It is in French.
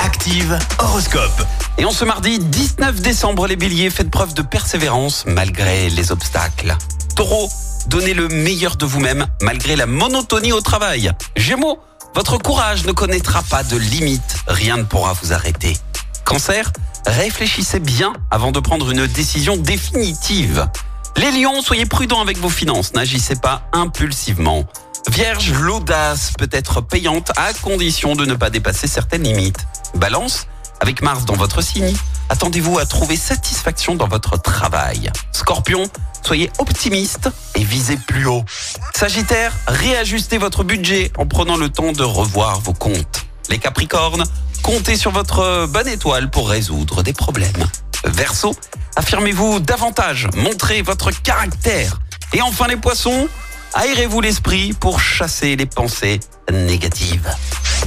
Active, horoscope. Et en ce mardi 19 décembre, les béliers, faites preuve de persévérance malgré les obstacles. Taureau, donnez le meilleur de vous-même malgré la monotonie au travail. Gémeaux, votre courage ne connaîtra pas de limite, rien ne pourra vous arrêter. Cancer, réfléchissez bien avant de prendre une décision définitive. Les lions, soyez prudents avec vos finances, n'agissez pas impulsivement. Vierge, l'audace peut être payante à condition de ne pas dépasser certaines limites. Balance, avec Mars dans votre signe, attendez-vous à trouver satisfaction dans votre travail. Scorpion, soyez optimiste et visez plus haut. Sagittaire, réajustez votre budget en prenant le temps de revoir vos comptes. Les Capricornes, comptez sur votre bonne étoile pour résoudre des problèmes. Verseau, affirmez-vous davantage, montrez votre caractère. Et enfin les poissons, aérez-vous l'esprit pour chasser les pensées négatives.